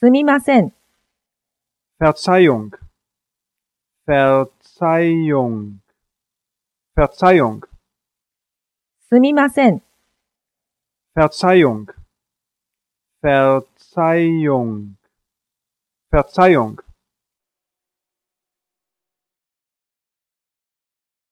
すみません。 Verzeihung. Verzeihung. Verzeihung. すみません。 Verzeihung. Verzeihung. Verzeihung.